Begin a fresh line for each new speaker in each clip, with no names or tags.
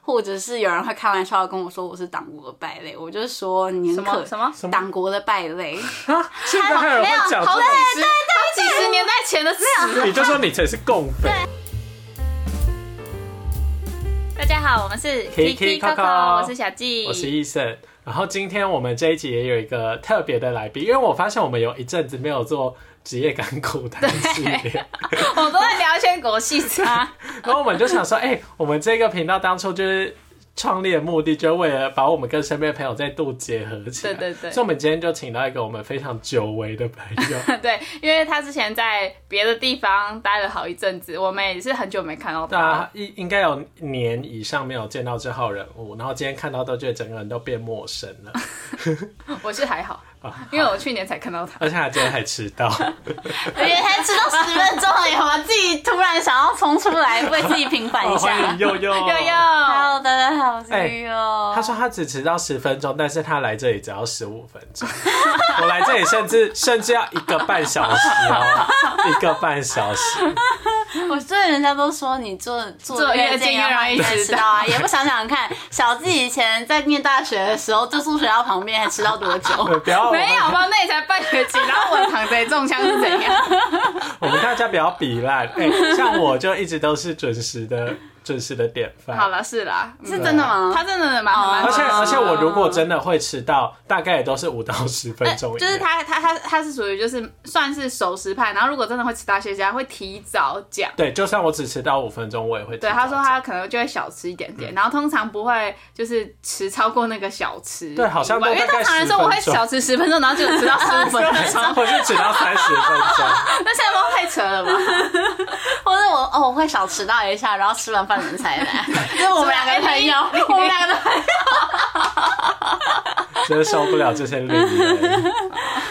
或者是有人会开玩笑的跟我说我是党国的败类，我就说你
什
很
么
可
什么
什么
党国的败 类，
现在还有人会讲这
好
种
对对
事，
对，他几十年代前的事。
你就说你才是共匪。
大家好，我们是
Kiki Coco
我是小纪，
我是医生。然后今天我们这一集也有一个特别的来宾，因为我发现我们有一阵子没有做职业干苦谈系列，
我们都在聊一些国戏差。
然后我们就想说，哎、我们这个频道当初就是创立的目的，就是为了把我们跟身边的朋友再度结合起来。
对对对
所以我们今天就请到一个我们非常久违的朋 友，
对，因为他之前在别的地方待了好一阵子，我们也是很久没看到
大
他。
家应应该有年以上没有见到这号人物，然后今天看到都觉得整个人都变陌生 了，
我是还好，
啊
因为我去年才看到他。
而且他今天还迟到。
也才迟到十分钟而已，我自己突然想要冲出来为自己平反一
哦欢
下
迎。佑佑， 佑
悠悠，
Hello，大家好，我是
哎
悠悠。
他说他只迟到十分钟，但是他来这里只要十五分 钟。我来这里甚至甚至要一个半小时哦，一个半小时。
我所以人家都说你做做
做
越
越近
近
越
要
容易迟
迟到啊，也不想想看，小自己以前在念大学的时候住宿学校旁边还迟到多久？
不要，
没有
我们
吧？那也才半学期，然后我的躺着中枪是怎样？
我们大家不要比烂。哎、像我就一直都是准时的，准时的典范。
好了，是啦，嗯
是真的吗？
他
啊
真的蛮蛮，
而且
蛮
而且我如果真的会迟到，大概也都是五到十分
但
钟
呃
以内。
就是他他他他是属于就是算是守时派，然后如果真的会迟到些些，会提早讲。
对，就算我只迟到五分钟，我也会提早
对，
走。
他说他可能就会小吃一点点，然后通常不会就是迟超过那个小吃。
对好像都
因为
大概
通常来说
10
我会
分钟
小吃十分钟，然后就迟到十五分 钟。
我是迟到三十分钟。
那现在猫太扯了吧？
或者我哦，我会少迟到一下，然后吃完饭人才 来，因为我们两个朋友，我们两个朋友，
真的受不了这些绿 人。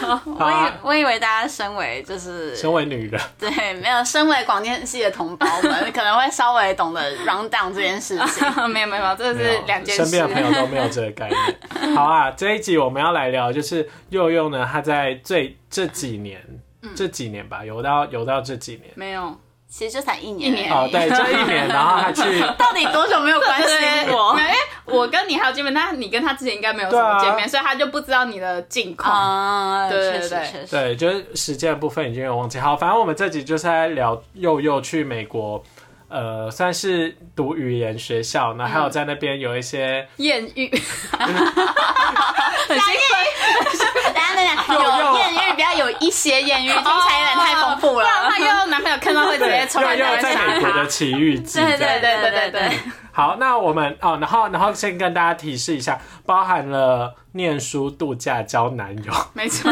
好
我以
啊，
我以为大家身为就是
身为女人，
对没有身为广电系的同胞们，可能会稍微懂得 round down 这件事 情。
没有没有没有，这
没
是
有
两件
身
事
边。的朋友都没有这个概念。好啊， 这一集我们要来聊，就是佑佑呢，他在最这几年，这几年吧，游到游到这几年。
没有，
其实就才一
一
年，
年
哦，对，这一年，然后他去，
到底多久没有关心我
没？有，因为我跟你还有见面，但你跟他之前应该没有什
对
么
啊
见面，所以他就不知道你的近况。
啊，
对
确实
对对
确实。
对，就是时间的部分已经有忘记。好，反正我们这集就是在聊佑佑去美国，呃，算是读语言学校，然后还有在那边有一些
艳遇，很兴奋。
啊等一下等一下，
有
有
有
艳遇，不要有一些艳遇，听起来有点太
哦
丰富
不然
了
她。哦又男朋友看到会直接冲
佑
来
佑
打
在美
杀
国的
他。
奇遇记，
对
这
对
样
对对对对，
好，那我们哦，然后然后先跟大家提示一下，包含了念书、度假、交男 友，
没错，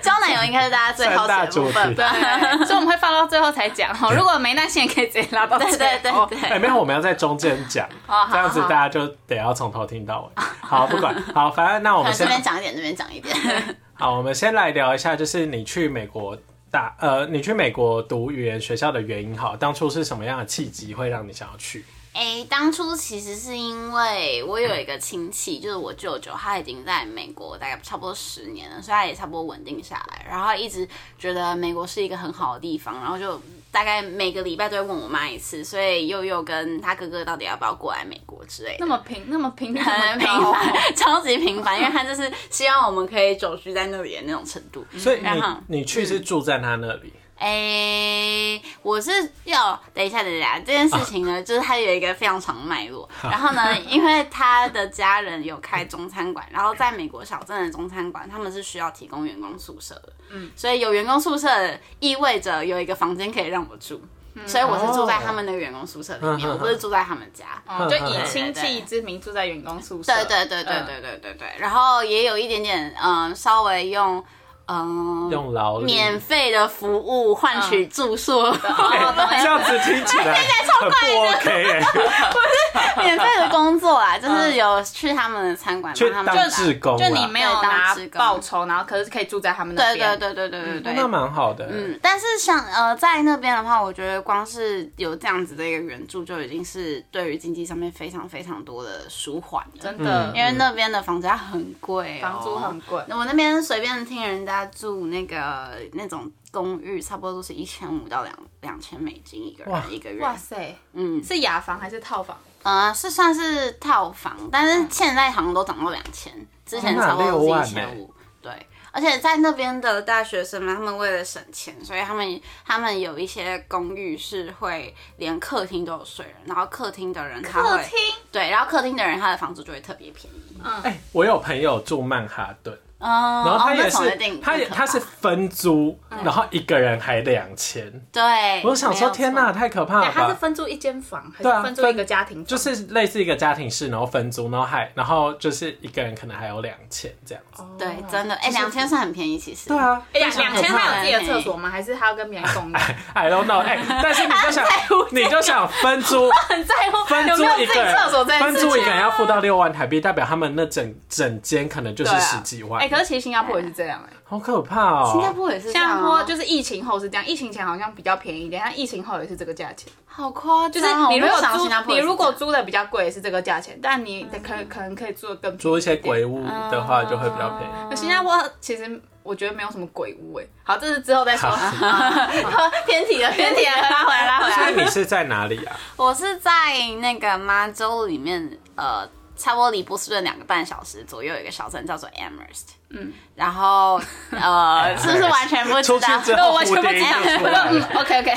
交男友应该是大家最好
三
奇
大
的
主
部分
题。
吧。
对，所以我们会放到最后才讲哈。如果没耐心，也可以直接拉到
对
最
对
后
对
哎、
对，
没有，我们要在中间 讲，
哦，
这
好，
样子大家就得要从头听到尾。好，不管好，反正那我
可
们
能 这
先
边讲一点，这边讲一点。
好，我们先来聊一下，就是你去美国大呃，你去美国读语言学校的原因，好，当初是什么样的契机会让你想要去？
哎、当初其实是因为我有一个亲戚，就是我舅舅，他已经在美国大概差不多十年了，所以他也差不多稳定下来。然后他一直觉得美国是一个很好的地方，然后就大概每个礼拜都会问我妈一次，所以佑佑跟他哥哥到底要不要过来美国之类的
那。么平，那么 平，
很
很
频繁，超级频繁，因为他就是希望我们可以久居在那里的那种程度。
所以
嗯然后
你你去是住在他那里，
诶、哎我是要等一下，等一下，这件事情
啊
呢，就是它有一个非常长的脉络。然后 呢，因为他的家人有开中餐馆，然后在美国小镇的中餐馆，他们是需要提供员工宿舍的。嗯，所以有员工宿舍意味着有一个房间可以让我住，所以我是住在他们那个员工宿舍里面，
嗯哦
我不是住在他们家。
就以亲戚之名住在员工宿舍。
对对对对
嗯
对对对对，然后也有一点点嗯，稍微用嗯
用啊劳力
免费的服务换取住宿，
这样子听起 来很不 OK 哎、
免费的工作啊，就是有去他们的餐馆
去
帮他们
当
打
志工啦，啊
就你没有
对当
拿
职工
报酬，然后可是可以住在他们那
对对
边。
对对对 对对。
那蛮好的、
嗯，但是像呃，在那边的话，我觉得光是有这样子的一个援助，就已经是对于经济上面非常非常多的舒缓了。
真
嗯
的，
因为那边的房价很贵、哦，
房租很贵
我那边随便听人家住那个那种公寓，差不多都是一千五到两两千美金一个
哇
人一个月。
哇塞，
嗯，
是雅房还是套房？
呃，是算是套房，但是现在好像都涨到两千，之前超
嗯哦那
过
6
一
万
千
欸
五。对，而且在那边的大学生们，他们为了省钱，所以他们他们有一些公寓是会连客厅都有睡人，然后客厅的人他
客
会
厅
对，然后客厅的人他的房租就会特别便宜。
嗯
哎、我有朋友住曼哈顿，
嗯，
然后他
哦
也
那
是，
种一定
他也
很可
他是
怕
分租，
嗯
然后一个人还两千，
对，
我想说
没有
天
错
哪，，太可怕了
他是
吧！
分住一间房，还
对啊
是分住一个家庭房？
就是类似一个家庭式，然后分租，然后还然后就是一个人可能还有两千这样子。
对，真的，哎，两千算很便宜，其实。
对。啊，
哦哎呀，
非常
两
可
千
怕
他有自己的厕所吗？还是他要跟别人共 用？
I don't know，哎、但是你就想你就想分租，
很在乎
分
有
租
没有
一
自己
个人
厕所这件
分
事
租
情
一个。人要付到六万台币，代表他们那整整间可能就是
对啊
十几万，
哎、可是其实新加坡也是这样哎、
好可怕哦、
新加坡也是这
新
样
加
啊，
坡就是疫情后是这样，疫情前好像比较便宜一点，但疫情后也是这个价钱。
好夸张哦，
就是你
我没
如
有
果
想到
租
新加，坡
你
也是
如果
这样
租的比较贵是这个价钱，但你可可能可以租的更便宜
租一些
点
鬼屋的
哦
话就会比较便宜。
那新加坡其实我觉得没有什么鬼屋哎、好，这是之后再说。
偏题了，
偏题了拉回来拉回来
那你是在哪里啊？
我是在那个妈州里面，呃，差不多离波士顿两个半小时左右有一个小镇叫做 Amherst，嗯，然后呃， 是不是完全不
哎出
知
去
道？
之
那我
后
完全
蝴
不
蝶
知道，
就出
我
来
说嗯
了。
，OK OK，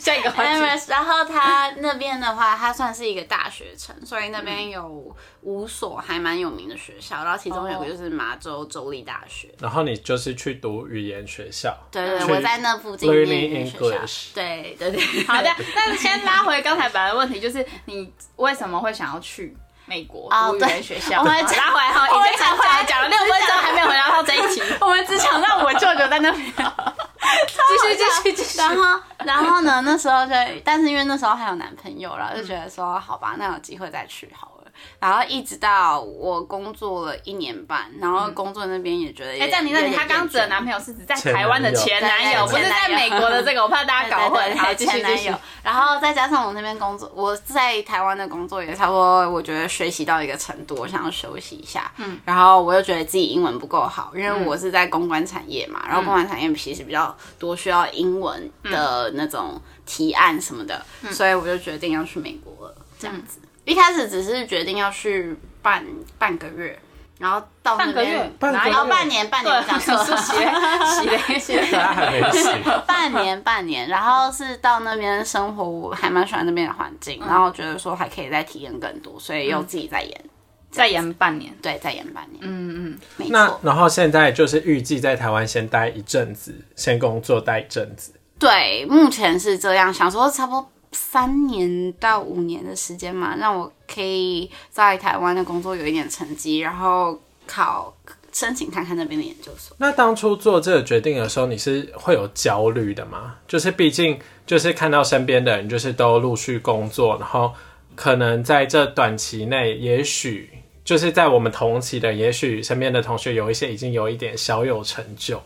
下一个话 题。
Amherst，然后它那边的话，它算是一个大学城，所以那边有五所还蛮有名的学校，然后其中有个就是麻州州立大学。
然后你就是去读语言学校，
对对，
去
对我在那附近
learning
念语言学校
English。
对对对，
好的，那先拉回刚才本来的问题，就是你为什么会想要去美国
哦
读语言学校？
对我们
拉回来哈，
我们
已经回来讲了六分钟，还没有回答到这 一题。
我们只想让我舅舅在那边。
继续继续 继续。
然后，然后呢？那时候就，但是因为那时候还有男朋友，然后就觉得说，好吧，那有机会再去好了。然后一直到我工作了一年半，然后工作那边也觉得也，
嗯哎，暂停暂停，他刚刚指的男
友
朋友是指在台湾的前男
前男友
友，不是在美国的这个，我怕大家搞混。好，继续
前
继
男
续
友。，然后再加上我那边工作，我在台湾的工作也差不多，我觉得学习到一个程度，我想要休息一下。嗯，然后我又觉得自己英文不够好，因为我是在公关产业
嗯
嘛，然后公关产业其实比较多需要英文的那种提案什么的，
嗯
所以我就决定要去美国了。这样子，一开始只是决定要去半半个月。然后到那
半个月
边，
半个月
然后半年，半年
对，
这样
想
说，
说 洗 嘞洗嘞洗嘞。
大家还没醒，
半年，半年，然后是到那边生活，我还蛮喜欢那边的环境，然后觉得说还可以再体验更多，所以又自己再演，
再延半年。
对，再演半年，嗯嗯，没
那
错，
然后现在就是预计在台湾先待一阵子，先工作待一阵子。
对，目前是这样，想说差不多三年到五年的时间嘛，让我可以在台湾的工作有一点成绩，然后考申请看看那边的研究所。
那当初做这个决定的时候，你是会有焦虑的吗？就是毕竟就是看到身边的人就是都陆续工作，然后可能在这短期内，也许就是在我们同期的，也许身边的同学有一些已经有一点小有成就，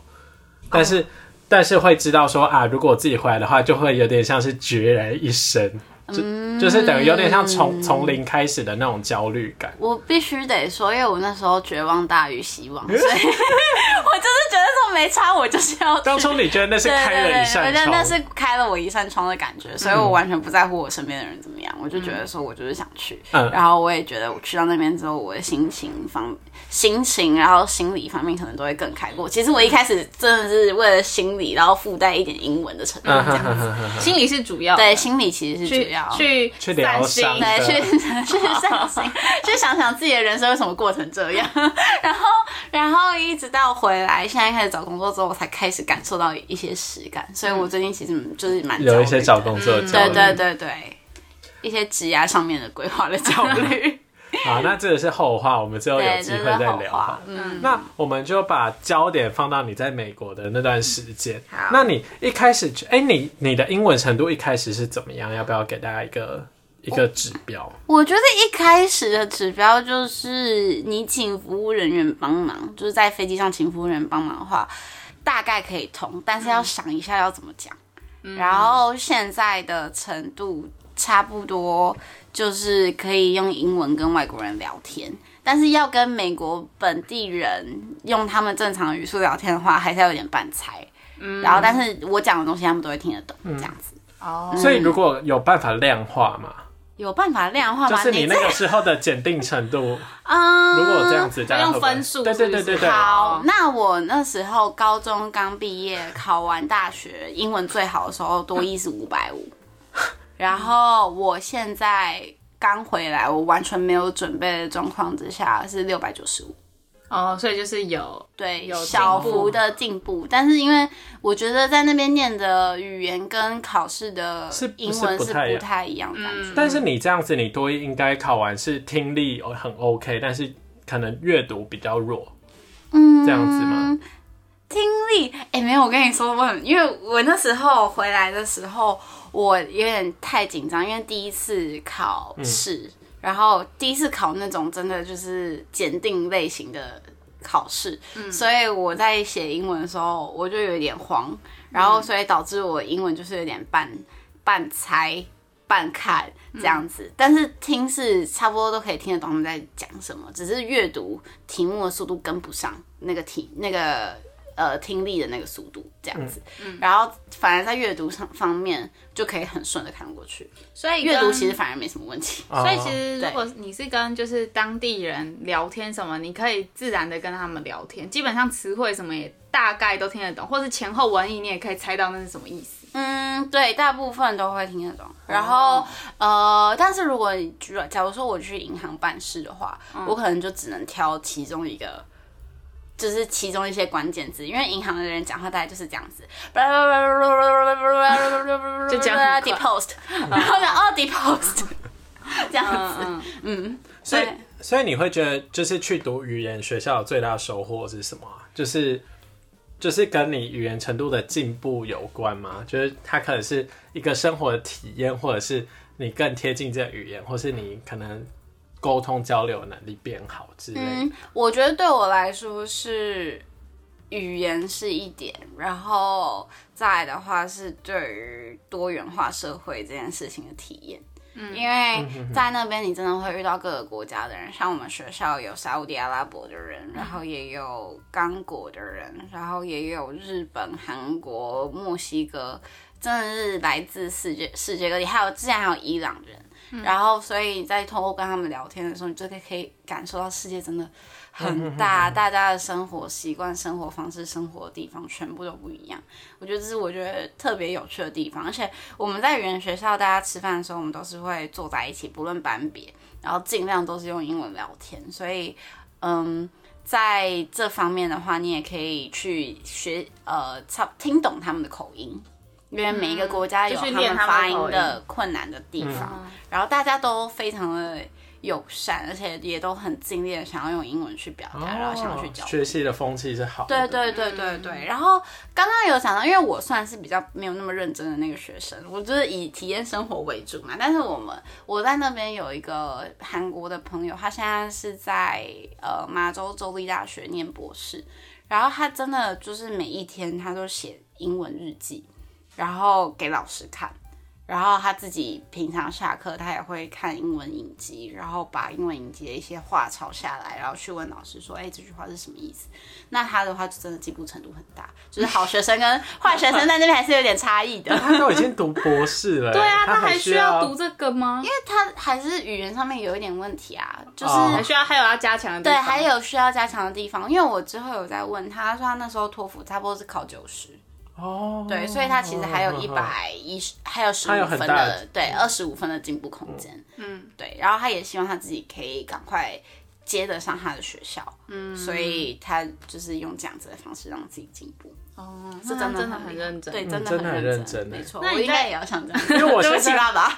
但是、但是会知道说啊，如果我自己回来的话，就会有点像是孑然一身。就就是等于有点像从
嗯
从零开始的那种焦虑感，
我必须得说，因为我那时候绝望大于希望， 所以我就是觉得说没差，我就是要去
当初你觉得那是
对
开了一
对
扇
对，
窗，
那 是开了我一扇窗的感觉，所以我完全不在乎我身边的人怎么样，我就觉得说我就是想去，
嗯
然后我也觉得我去到那边之后，我的心情方心情，然后心理方面可能都会更开阔。其实我一开始真的是为了心理，然后附带一点英文的成分，
嗯
这
哼
样
哼
子。
哼哼
心理是主要的，
对，心理其实是主
去
要。
去
去疗
散心
伤
对，
的
去去散心，去想想自己的人生为什么过成这样， 然后然后一直到回来，现在开始找工作之后，我才开始感受到一些实感，所以我最近其实嗯就是蛮
有一
焦虑
些
的
找工作的焦
对
虑。
对对对，一些职涯上面的规划的焦 虑，
好，那这个是后话，我们之后有
对，
机
这
会
是
再
后
聊
话
好。。
嗯，
那我们就把焦点放到你在美国的那段时间
好。
那你一开始就，哎、你你的英文程度一开始是怎么样？要不要给大家一个一个指标？
我觉得一开始的指标就是你请服务人员帮忙，就是在飞机上请服务人员帮忙的话，大概可以通，但是要想一下要怎么讲。然后现在的程度差不多就是可以用英文跟外国人聊天，但是要跟美国本地人用他们正常的语速聊天的话，还是要有点半猜。然后，但
嗯
是我讲的东西他们都会听得懂，这样子。
哦，
所以如果有办法量化嘛，
有办法量化
就
吗？
是你
这
那个时候的检定程度，
嗯，
如果我这样子，大家
要
会
用
不会
分数
对对对
是不
对
是
对，
好，那我那时候高中刚毕业，考完大学，英文最好的时候多一是 五百五，然后我现在刚回来，我完全没有准备的状况之下是六百九十五。
哦，所以就是有
对，
有进步
小幅的进步，但是因为我觉得在那边念的语言跟考试的
是不是
英文
不
是
太一样
不太一样的感觉。
但是你这样子，你多一应该考完是听力很 OK，但是可能阅读比较弱，
嗯
这样子吗？
听力，哎、没有，我跟你说，我很，因为我那时候回来的时候，我有点太紧张，因为第一次考试，然后第一次考那种真的就是检定类型的考试，所以我在写英文的时候，我就有点慌，然后所以导致我英文就是有点半半猜半看这样子，但是听是差不多都可以听得懂他们在讲什么，只是阅读题目的速度跟不上那个题那个呃听力的那个速度这样子，然后反而在阅读上方面就可以很顺的看过去，
所以
阅读
跟
其实反而没什么问题。
所
所以其实如果你是跟就是当地人聊天什么，你可以自然的跟他们聊天，基本上词汇什么也大概都听得懂，或是前后文意你也可以猜到那是什么意思。
嗯，对，大部分都会听得懂。然后、呃，但是如果你举例假如说我去银行办事的话，我可能就只能挑其中一个。就是其中一些关键字，因为银行的人讲话大概就是这样子，就
这样很快
啊 depost，然后呢哦 depost，这 样子，
嗯
所以
对
所以你会觉得，就是去读语言学校的最大收获是什么啊？就是就是跟你语言程度的进步有关吗？就是它可能是一个生活的体验，或者是你更贴近这个语言，或是你可能沟通交流能力变好之类的。
嗯，我觉得对我来说是语言是一点，然后再来的话是对于多元化社会这件事情的体验。嗯，因为在那边你真的会遇到各个国家的人，像我们学校有沙烏地阿拉伯的人，然后也有刚果的人，然后也有日本、韩国、墨西哥，真的是来自世界世界各地，还有之前还有伊朗人。然后，所以在通过跟他们聊天的时候，你就可以可以感受到世界真的
嗯
很大，大家的生活习惯、生活方式、生活的地方全部都不一样。我觉得这是我觉得特别有趣的地方，而且我们在语言学校，大家吃饭的时候，我们都是会坐在一起，不论班别，然后尽量都是用英文聊天。所以，嗯，在这方面的话，你也可以去学呃，差听懂他们的口音。因为每一个国家有
嗯就
他
去
们
练他们的
发音
口音嗯
的困难的地方，然后大家都非常的友善，而且也都很尽力的想要用英文去表达，然后想要去教。
哦学习的风气是好的。
对对对对对。然后刚刚有讲到，因为我算是比较没有那么认真的那个学生，我就是以体验生活为主嘛。但是我们我在那边有一个韩国的朋友，他现在是在呃马州州立大学念博士，然后他真的就是每一天他都写英文日记，然后给老师看。然后他自己平常下课，他也会看英文影集，然后把英文影集的一些话抄下来，然后去问老师说：“哎，这句话是什么意思？”那他的话就真的进步程度很大，就是好学生跟坏学生在那边还是有点差异的，因
他都已经读博士了， 欸
对啊，
他
他还需
需
要读这个吗？
为他还是语言上面有一点问题啊，就是、
哦
还需要还有要加强的地
对，
方。
还有需要加强的地方。因为我之后有在问他，他说他那时候托福差不多是考九十，
哦，
对，所以他其实还有一
哦。
百一十，还有十
他有
五
很
分
大
的
的，
对，二十五分的进步空间。嗯，对，然后他也希望他自己可以赶快接得上他的学校，嗯，所以他就是用这样子的方式让自己进步，
哦，
是
是
真
真
的
的
很
很
厉害
认真。
对，
嗯
真的
真的很
很
认
认
真欸
没错，
那
我
你
应该
在
也要像这样，
因为我
对不
现
起
在
爸爸，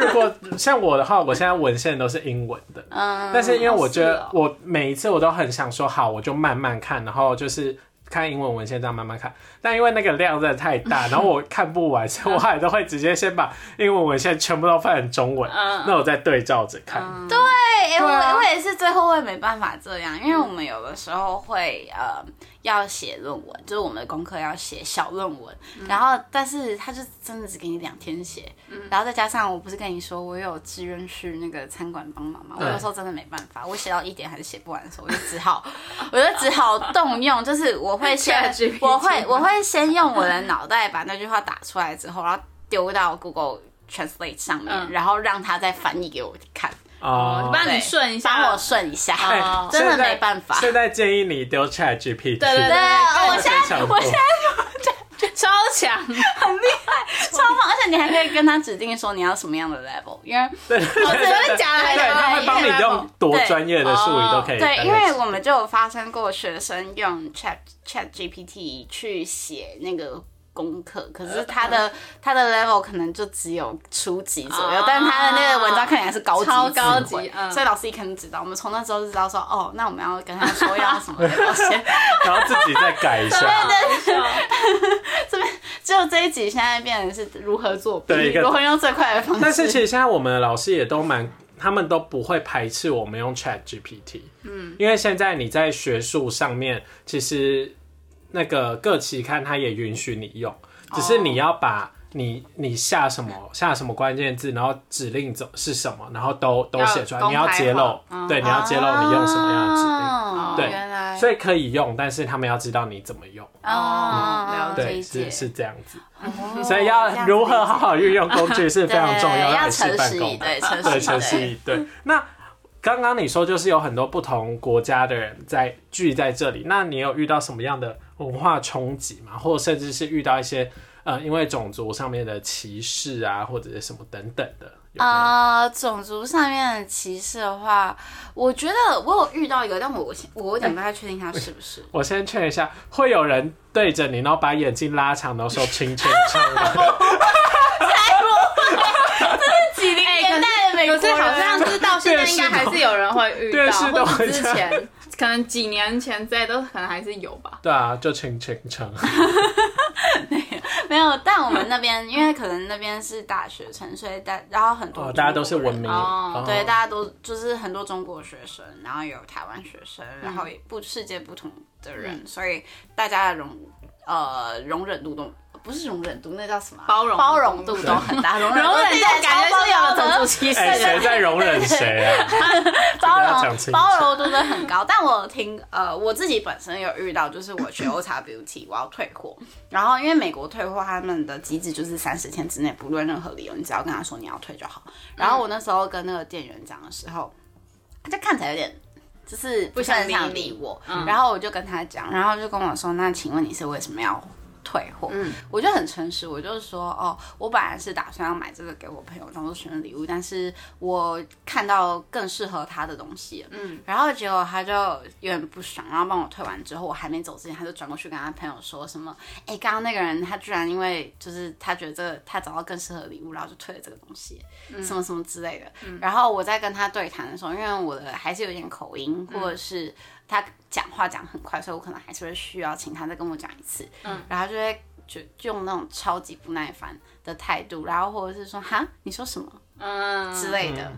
如果像我的话，我现在文献都是英文的，
嗯，
但是因为我觉
是
得
哦
我每一次我都很想说好，我就慢慢看，然后就是看英文文献这样慢慢看。但因为那个量真的太 大，然后我看不完，所以我还都会直接先把英文文献全部都翻成中文，
嗯
那我再对照着看。
对，
对，欸
对啊
我我也是最后会没办法这样，因为我们有的时候会呃要写论文，就是我们的功课要写小论文，
嗯
然后但是他就真的只给你两天写，然后再加上我不是跟你说我有志愿去那个餐馆帮忙嘛，我
对
有时候真的没办法，我写到一点还是写不完的时候，我就只好 我就只好动用，就是我会先
ChatGPT
我会我会先用我的脑袋把那句话打出来之后，然后丢到 Google。 Translate 上面，
嗯
然后让他再翻译给我看，
哦，
哦，
帮你
对
顺一下，
帮我顺一下，
哎
哦
真的
现在
没办法
现在建议你丢 Chat
对
GPT，
对
对，我
对
现 在我现在
超强，
超棒，而且你还可以跟他指定说你要什么样的 level，因为
对 对对对
真的假 的
对，啊他
哎
会帮你用多专业的术语都可以
对
带，来
因为我们就有发生过学生用 Chat Chat GPT 去写那个。功课，可是他的他的 level 可能就只有初级左右，
呃哦
但他的那个文章看起来是高级
超
词
高级
汇
嗯
所以老师一看就知道。我们从那时候就知道说，哦，那我们要跟他说要什么表 现。
然后自己再改 一下。
只有这一集现在变成是如何作弊
对一，个
如何用最快的方式。
但是其实现在我们的老师也都蛮，他们都不会排斥我们用 Chat GPT，嗯，因为现在你在学术上面，其实那个各期刊它也允许你用，只是你要把你你下什么下什么关键字，然后指令怎是什么，然后都都
要
写出来，
公
你要
开
揭露
化，
对，你要揭露你用什么样的指令。
哦
对
原来
所以可以用，但是他们要知道你怎么用，
哦
嗯，
了
对，
理解
是是这样子，
哦
所以
这
要
样
如
子理
何
解
好好运用工具是非常重
对
要，
要
也是
诚
办
实
公
以对，诚
对，
实
城
以
市
对。
一对。那刚刚你说就是有很多不同国家的人在聚在这里，那你有遇到什么样的文化冲击吗？或甚至是遇到一些呃，因为种族上面的歧视啊，或者是什么等等的？有没有。
啊、种族上面的歧视的话，我觉得我有遇到一个，但我我我有点不太确定他是不 是
我先劝一下，会有人对着你，然后把眼睛拉长，然后说“轻轻轻”吗？
几零
哎可是
代的美
可是好像就是到 现在应该还是有人会遇
电
到，
视都
或
会
者之
这样
前可能几年前在都可能还是有吧。
对啊，就“轻轻轻
没有，但我们那边因为可能那边是大学城，所以大然后很”，多、
哦，大家都是文明，
哦
对，大家都就是很多中国学生，然后也有台湾学生，然
嗯
后也不世界不同的人，所以大家的容呃容忍度都不是容忍度，那叫什么啊？
包容
包容度都很大， 容忍
容忍
度
度感觉是有了种族歧视
哎，谁在容忍谁啊？
包
要讲
容
清楚
包容度真的很高。但我有听呃，我自己本身有遇到，就是我去 O 茶 Beauty，我要退货，然后因为美国退货他们的机制就是三十天之内，不论任何理由，你只要跟他说你要退就好。然后我那时候跟那个店员讲的时候，他就看起来有点。就是不是很
不想
想
理你
理我，
嗯
然后我就跟他讲，然后就跟我说：“那请问你是为什么要退货？”
嗯
我就很诚实，我就说：“哦，我本来是打算要买这个给我朋友当做生日礼物，但是我看到更适合他的东西了，
嗯，
然后结果他就有点不爽，然后帮我退完之后，我还没走之前，他就转过去跟他朋友说什么：“哎、刚刚那个人他居然因为就是他觉得这个他找到更适合的礼物，然后就退了这个东西，
嗯
什么什么之类的。然后我在跟他对谈的时候，因为我的还是有点口音，
嗯
或者是他讲话讲很快，所以我可能还是会需要请他再跟我讲一次。
嗯
然后就会就就用那种超级不耐烦的态度，然后或者是说：“哈，你说什么？”
嗯
之类的、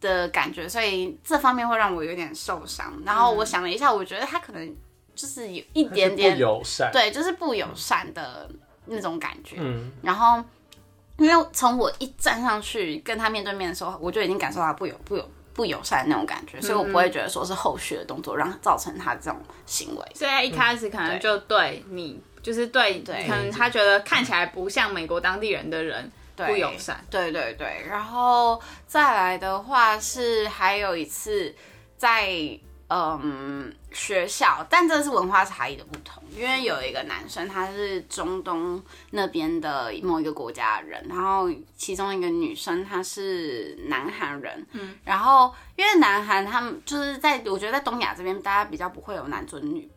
的感觉，所以这方面会让我有点受伤。然后我想了一下，
嗯
我觉得他可能就是有一 点
不
点，
友善，
对，就是不友善的那种感觉。
嗯，
然后，因为从我一站上去跟他面对面的时候，我就已经感受到不友不友不友善的那种感觉，所以我不会觉得说是后续的动作让造成他这种行为。
所以他一开始可能就对你，就是对，
对
可能他觉得看起来不像美国当地人的人不友善。
对对对，然后再来的话是还有一次在嗯学校，但这是文化差异的不同，因为有一个男生他是中东那边的某一个国家的人，然后其中一个女生她是南韩人，嗯，然后因为南韩他们就是在我觉得在东亚这边大家比较不会有男尊女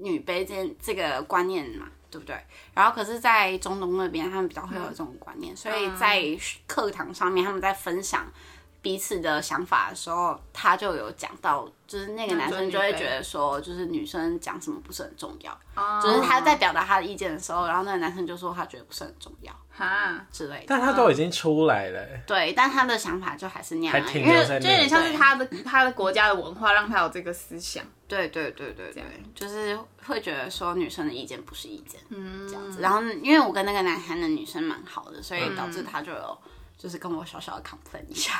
女卑这这个观念嘛，对不对？然后可是，在中东那边，他们比较会有这种观念，所以在课堂上面，他们在分享彼此的想法的时候，他就有讲到，就是那个男生就会觉得说，就是女生讲什么不是很重要，
哦
就是他在表达他的意见的时候，然后那个男生就说他觉得不是很重 要
哈，
之类的。
但他都已经出来了、欸
对，但他的想法就还是那样
还
啊，
停
因
留
为
在
就有点
那
像是他的他的国家的文化让他有这个思想。
对对对对对，就是会觉得说女生的意见不是意见，嗯，这样子。然后因为我跟那个南韩的女生蛮好的，所以导致他就有就是跟我小小的 complain 一 下。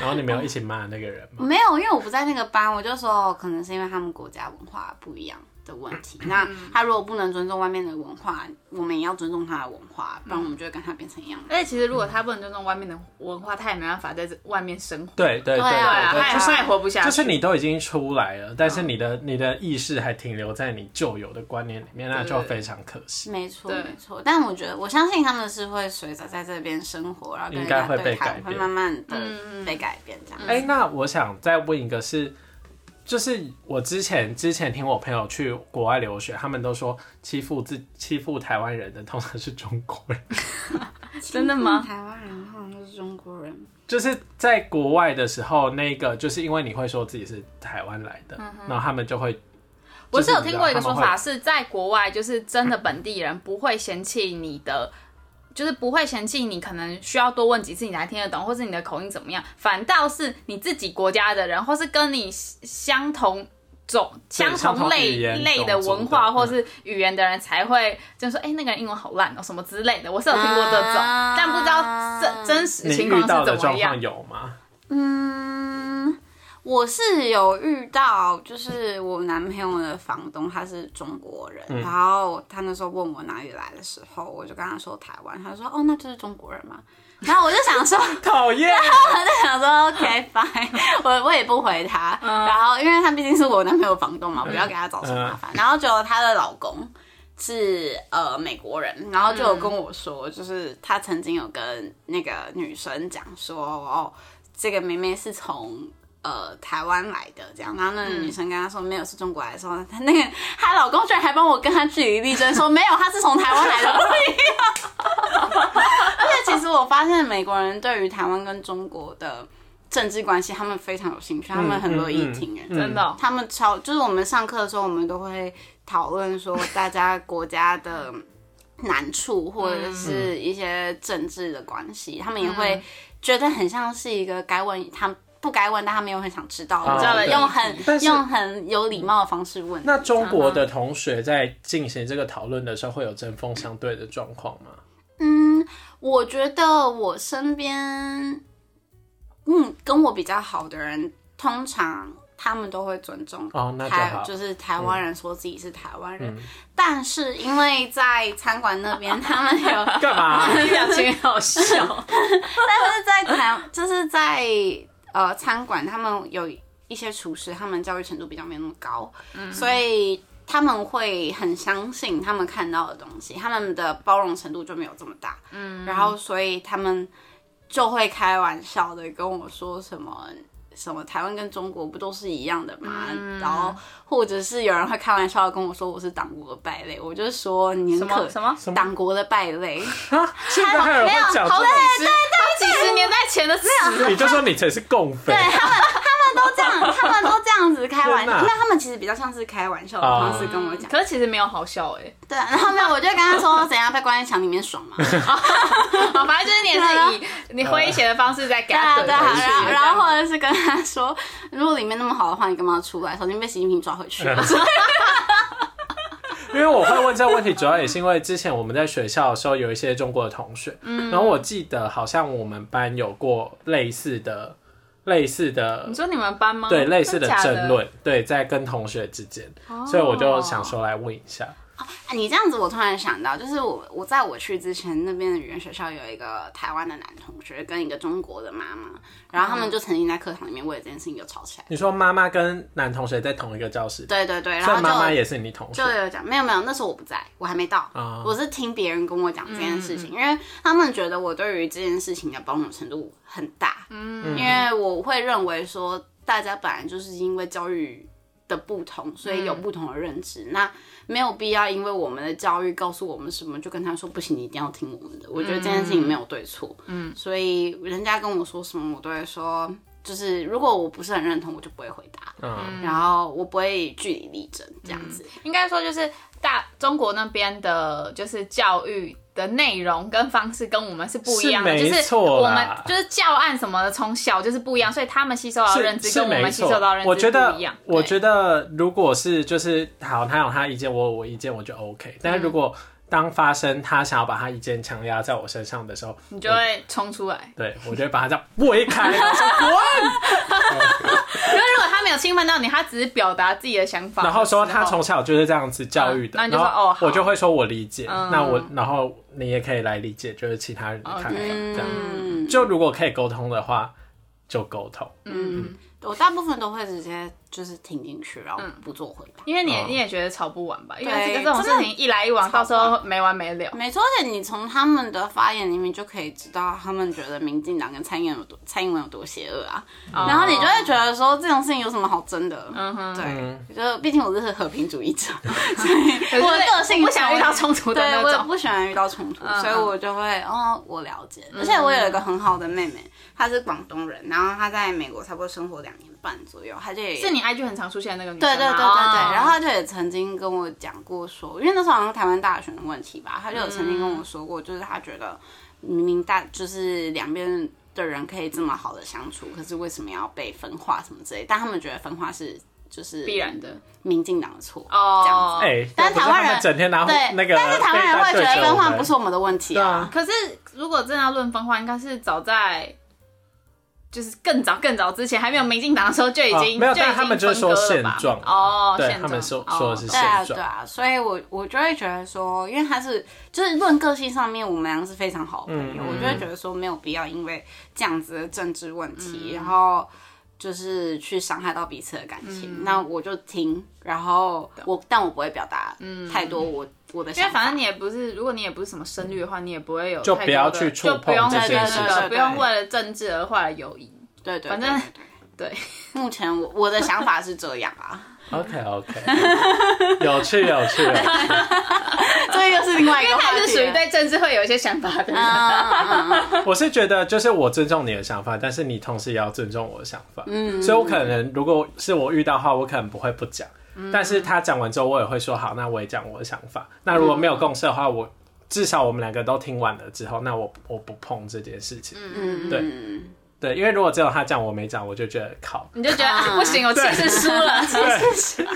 然后你们有一
嗯
起骂那个人吗？
没有，因为我不在那个班，我就说可能是因为他们国家文化不一样，的问题。那他如果不能尊重外面的文化，我们也要尊重他的文化，不然我们就会跟他变成一样的。
而且其实如果他不能尊重外面的文化，他也没办法在这外面生活。
对对对
对啊
对
他也
就是
他也活不下去。
就是你都已经出来
嗯
了，但是你的你的意识还停留在你旧有的观念里面，那就非常可惜。
没错，
对
没错。但我觉得，我相信他们是会随着在这边生活，然后跟人
应该
家
会
对
被
谈，
改
会
变
慢慢的被改变这样。
哎、那我想再问一个是，就是我之前之前听我朋友去国外留学，他们都说欺负自欺负台湾人的通常是中国人，
真的吗
台湾人好像都是中国人，
就是在国外的时候，那个就是因为你会说自己是台湾来的，然后他们就会。
嗯我
就是
有
你知
听
道
过一个
他
说
们会
法，是在国外，就是真的本地人不会嫌弃你的，就是不会嫌弃你，可能需要多问几次你才听得懂，或是你的口音怎么样，反倒是你自己国家的人，或是跟你相同。种
对
相
相
同
同
类
语言
类的
种族的
文化
嗯
或是语言的人才会就说，哎、那个人英文好烂哦、什么之类的。我是有听过这种，
啊
但不知道真真实
你
情
遇
况
到
是
的
怎么
状
样
况。有吗？
嗯，我是有遇到，就是我男朋友的房东他是中国人，然后他那时候问我哪里来的时候，我就跟他说台湾，他说哦，那就是中国人嘛。然后我就想说，
讨厌，
想说 OK fine，我我也不回他。然后因为他毕竟是我男朋友房东嘛，我不要给他造成麻烦。然后结果她的老公是呃美国人，然后就有跟我说，就是他曾经有跟那个女生讲说，哦，这个妹妹是从。呃，台湾来的这样，然后那个女生跟他说没有是中国来的时候，她那个她老公居然还帮我跟她据理力争，说没有，她是从台湾 来的，不一样。而且其实我发现美国人对于台湾跟中国的政治关系，他们非常有兴趣，他们很乐意听，哎、
嗯嗯
真的哦、
他们超就是我们上课的时候，我们都会讨论说大家国家的难
嗯
处或者是一些政治的关系，他们也会觉得很像是一个该问他们不该问，但他们又很想知道，
啊
你知道的，
对
用
但
很
是
用很有礼貌的方式问。
那中国的同学在进行这个讨论的时候，会有针锋相对的状况 吗？
嗯，我觉得我身边，嗯，跟我比较好的人，通常他们都会尊重
哦，那就
台
好。嗯
就是台湾人说自己是台湾人，但是因为在餐馆那 边他们有，
干嘛？
你表情好笑。
但是在台 就是在呃餐馆他们有一些厨师，他们教育程度比较没有那么高，所以。他们会很相信他们看到的东西，他们的包容程度就没有这么大。嗯，然后所以他们就会开玩笑的跟我说什么什么台湾跟中国不都是一样的吗？
嗯
然后或者是有人会开玩笑的跟我说我是党国的败类，我就说你
什
很
么
可
什么什
么
党国的败类，
现在还有人会讲这种
啊几十年代前的事了。
你就说你才是共匪，
都这样，他们都这样子开玩笑，
天哪
因为他们其实比较像是开玩笑的
哦
方式跟我讲。
可是其实没有好笑哎、
对，然后没有，我就跟他说怎样在关在墙里面爽 嘛。
好反正就是你也是以你诙谐的方式在给
啊对啊，
他
对
怼
啊，
回
然后
去，这
然
样
后或者是跟他说，如果里面那么好的话，你干嘛要出来？首先被习近平抓回去。
因为我会问这个问题，主要也是因为之前我们在学校的时候有一些中国的同学，
嗯
然后我记得好像我们班有过类似的、类似的
你说你们班吗？
对类似的
哦真假哦
争，论，对，在跟同学之间，所以我就想说来问一下，
啊你这样子，我突然想到，就是我我在我去之前，那边的语言学校有一个台湾的男同学跟一个中国的妈妈，然后他
嗯
们就曾经在课堂里面为了这件事情就吵起来。
你说妈妈跟男同学在同一个教室，
对对对，然
所
后
以
就
妈妈也是你同学
就，有讲，没有没有，那时候我不在，我还没到，
啊
我是听别人跟我讲这件事情，因为他们觉得我对于这件事情的包容程度很大，嗯，因为我会认为说大家本来就是因为教育的不同，所以有不同的认知，那没有必要因为我们的教育告诉我们什么，就跟他说不行，你一定要听我们的。我觉得这件事情没有对错，嗯，所以人家跟我说什么，我都会说。就是如果我不是很认同，我就不会回答，
嗯，
然后我不会据理力争这样子。
应该说就是大中国那边的，就是教育。的内容跟方式跟我们是不一样的，
是没
就是
错
我们
啦
就是教案什么的，从小就是不一样，所以他们吸收到的认知
是
跟我
没
们吸
错
收到的认知
我觉得
不一样。，
我
对
觉得如果是就是好，他有他意见，我有我意见，我就 OK。但
嗯
是如果当发生他想要把他意见强压在我身上的时候，
你就会冲出来。
对我就会把他这样挥开，我说滚。
因为如果他没有兴奋到你，他只是表达自己的想法的
然
时候。
后说他从小就是这样子教育
啊
嗯
的，
那你就说
然后
哦好
我就会说我理解，
嗯
那我然后你也可以来理解，就是其他人的看法
OK
这样。
嗯，
就如果可以沟通的话，就沟通。
嗯，
我大部分都会直接就是听进去，然后不做回答。
因为你也
嗯
你也觉得吵不完吧？因为
对
这个这种事
真的
情一来一往，
吵
到
不完
时候没完没了。
没错，而且你从他们的发言里面就可以知道，他们觉得民进党跟蔡英文有多蔡英文有多邪恶啊。然后你就会觉得说，这种事情有什么好争的？
哦嗯哼
对，就毕竟我是和平主义 者，
可是
我的个性
不想遇到冲突的
对，我
那
也
种。
不喜欢遇到冲突，
嗯
所以我就会哦，我了解。而且我有一个很好的妹妹，她是广东人，然后她在美国差不多生活两年半左右，她就也
是你 IG 很常出现的那个女生
对
吗
对对对对，
哦
然后她就也曾经跟我讲过说，因为那时候好像台湾大选的问题吧，她就有曾经跟我
嗯
说过，就是她觉得明明大就是两边的人可以这么好的相处，可是为什么要被分化什么之类？但他们觉得分化是就是
必然的
民进党的错
哦
这样子。
哎、
但
又不是
台湾
他们
人
整天拿
对，
那个，
但是台湾人会觉得分化不是。我们的问题
对
啊
啊。
可是如果真的要论分化，应该是早在就是更早更早之前，还没有民进党的时候就已经、
哦没有
就已经
但他们就是说现状
分割了吧哦，
对
现状
他们说
哦
说的是
对啊，
现状
对啊，所以我我就会觉得说，因为他是就是论个性上面，我们俩是非常好的朋友，
嗯嗯
我就会觉得说没有必要因为这样子的政治问题，
嗯
然后就是去伤害到彼此的感
嗯
情。那我就听，然后我但我不会表达太多
嗯
我我的
因为
想法，
反正你也不是，如果你也不是什么深绿的话，你也不会有
就
太多的
不要去触碰
就不用
这件
事
对
情
对对对不哎用为了政治而坏了友谊。
对对，
反
对
正
对对
对。
目前我我的想法是这样啊，
OK OK，有 趣有趣有趣。
这又是另外一
因
个
为
话
他
题
也
了。
是属于对政治会有一些想法的人。
嗯嗯嗯
我是觉得，就是我尊重你的想法，但是你同时也要尊重我的想法。嗯，所以我可能如果是我遇到的话，我可能不会不讲，但是他讲完之后，我也会说好，那我也讲我的想法。那如果没有共识的话，我至少我们两个都听完了之后，那我我不碰这件事情。
嗯，
对
嗯
对，因为如果只有他讲我没讲，我就觉得靠，
你就觉得、啊
嗯
不行，我气势输了。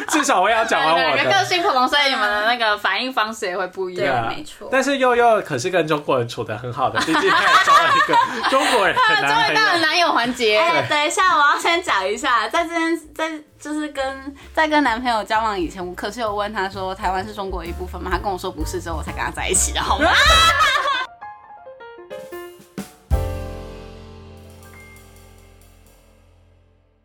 至少我也要讲完啊我
每个个
的。
性不同，所以哎你们的那个反应方式也会不一
对
样。
啊
没错
但是悠悠可是跟中国人处得很好的，毕竟他也交了一个中国人的
终
男
于
朋
到了
友。
男友环节，
哎、等一下，我要先讲一下，在这件在就是跟在跟男朋友交往以前，我可是有问他说台湾是中国的一部分吗？他跟我说不是，之后我才跟他在一起的，好吗？